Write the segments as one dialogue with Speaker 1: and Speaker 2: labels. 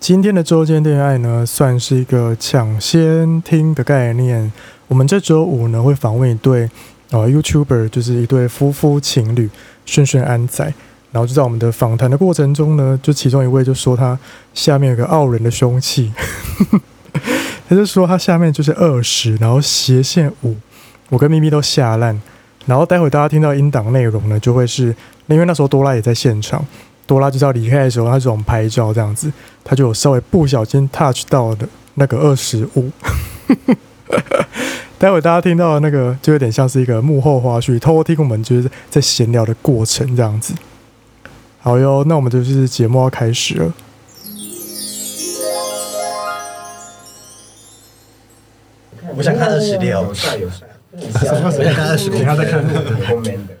Speaker 1: 今天的周间恋爱呢，算是一个抢先听的概念。我们这周五呢，会访问一对呃 YouTuber，就是一对夫妇情侣，顺顺安仔。然后就在我们的访谈的过程中呢，就其中一位就说他下面有个傲人的凶器， 他就说他下面就是二十，然后斜线五，我跟咪咪都吓烂。然后待会大家听到音档内容呢，就会是因为那时候多拉也在现场，多拉就是要离开的时候，他就我们拍照这样子，他就有稍微不小心 touch 到的那个二十五。 待会大家听到的那个就有点像是一个幕后花絮，偷听我们就是在闲聊的过程这样子。好哟，那我们就是节目要开始了。
Speaker 2: 我想看26
Speaker 3: 有帅有帅，
Speaker 2: 我想看26
Speaker 3: 等一下再看后面的。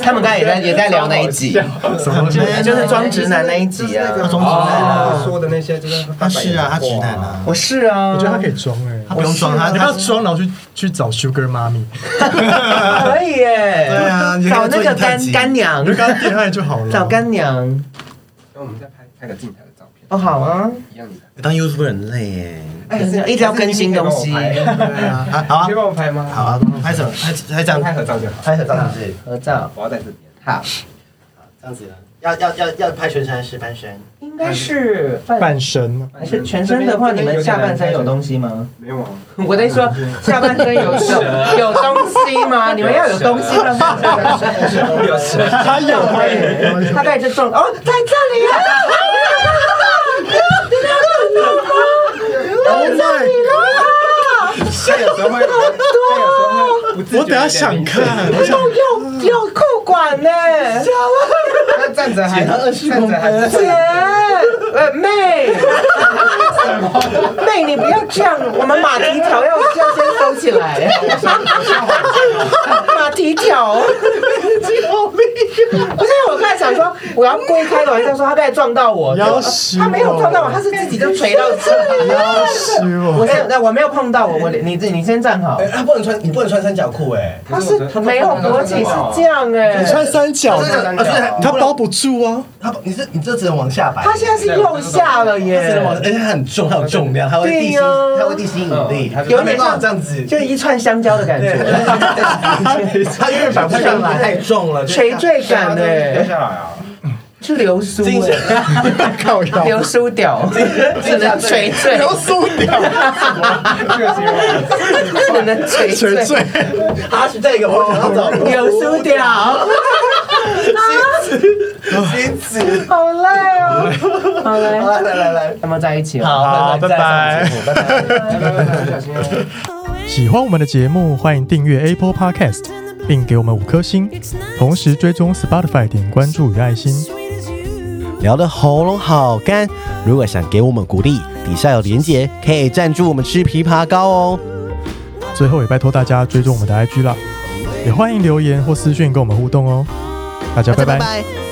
Speaker 4: 他们刚才也在也在聊那一集，
Speaker 3: 什么？
Speaker 4: 就是就是装直男那一集啊。
Speaker 2: 他装直男啊
Speaker 3: 哦，说的那些就是
Speaker 2: 他是啊，他直男啊，
Speaker 4: 我是啊，
Speaker 1: 我觉得他可以装哎、
Speaker 2: 他不用装他，
Speaker 1: 你不要
Speaker 2: 他
Speaker 1: 装，然后去去找 Sugar 妈咪，
Speaker 4: 可以耶。
Speaker 2: 对啊你可以
Speaker 4: 找那
Speaker 2: 做
Speaker 4: 个
Speaker 2: 一太
Speaker 4: 干
Speaker 2: 极
Speaker 4: 干娘
Speaker 1: 你，就跟他恋爱就好 了。
Speaker 4: 找干娘。
Speaker 3: 那我们再拍拍个静态的照片，
Speaker 4: 哦，好啊，
Speaker 3: 一样的。
Speaker 2: 当 YouTuber 很累耶。
Speaker 4: 哎，
Speaker 3: 啊
Speaker 4: 一直要更新东西。
Speaker 3: 对
Speaker 2: 啊，啊好啊
Speaker 3: 你可以，帮我拍吗？
Speaker 2: 好啊，拍什么？拍拍这样，
Speaker 3: 拍合照就好。
Speaker 2: 拍合照是不是？
Speaker 4: 合照，
Speaker 3: 我要在这边。
Speaker 4: 好，
Speaker 2: 这样子的，要要要要拍全身还是半身？
Speaker 4: 应该是半，
Speaker 1: 半身啊，
Speaker 4: 还是全身的话，你们下半身有东西吗？
Speaker 3: 没有啊？
Speaker 4: 我在说下半身有 有有东西吗？你们 要有东西让下半身。
Speaker 3: 有蛇。
Speaker 2: 哎
Speaker 1: 他有他有，
Speaker 4: 大概就中哦，在这里啊。
Speaker 1: Oh my
Speaker 3: 他有时候会，他有时候会不自觉。
Speaker 1: 我等下想看，我想
Speaker 4: 有有裤管呢、
Speaker 3: 他站着还站着还
Speaker 4: 姐，呃，妹，妹，你不要这样，我们马蹄条要要先收起来。马蹄条，不是我刚才想说，我要故意开个玩笑说他刚才撞到我，
Speaker 1: 要死我
Speaker 4: 他没有撞到我，他是自己就垂到这里。
Speaker 1: 要死
Speaker 4: 我
Speaker 1: 我。
Speaker 4: 现在我没有碰到我，我你自你先站好。
Speaker 2: 他不能穿，你不能穿三角裤哎，
Speaker 4: 他是没有勃起是这样哎、
Speaker 1: 你穿三角
Speaker 2: 这
Speaker 1: 的，
Speaker 2: 个而且
Speaker 1: 他包不住啊。
Speaker 2: 他你这你这只能往下摆，
Speaker 4: 他现在是右下
Speaker 2: 他
Speaker 4: 了
Speaker 2: 只能往，
Speaker 4: 耶
Speaker 2: 而，且它很重，它有重量，它会地
Speaker 4: 对
Speaker 2: 心，
Speaker 4: 呀
Speaker 2: 它会地心引力，它
Speaker 4: 有
Speaker 2: 没
Speaker 4: 点
Speaker 2: 办法
Speaker 4: 像
Speaker 2: 这样子，
Speaker 4: 就一串香蕉的感觉，
Speaker 2: 它永远摆不上来，太重了，
Speaker 4: 垂坠 感
Speaker 3: 掉
Speaker 4: 哎，
Speaker 3: 下来啊！
Speaker 4: 是流苏
Speaker 2: 精神
Speaker 4: 哎，
Speaker 1: 靠腰，
Speaker 4: 流苏屌，只能垂 坠，
Speaker 2: 流苏掉。
Speaker 3: 这个是因
Speaker 4: 只能垂
Speaker 1: 垂
Speaker 4: 坠，
Speaker 1: 坠，
Speaker 2: 他是这个，我想要找
Speaker 4: 流苏屌，
Speaker 2: 金子。
Speaker 4: 好累哦，好累
Speaker 2: 好，来来来来，
Speaker 4: 有没有在一起？
Speaker 2: 好
Speaker 1: 好，拜拜。喜欢我们的节目，欢迎订阅 Apple Podcast，并给我们五颗星，同时追踪 Spotify 点关注与爱心。
Speaker 2: 聊的喉咙好干，如果想给我们鼓励，底下有连结，可以赞助我们吃枇杷膏哦。
Speaker 1: 最后也拜托大家追踪我们的 IG 啦，也欢迎留言或私讯跟我们互动哦。大家拜拜。
Speaker 2: 拜。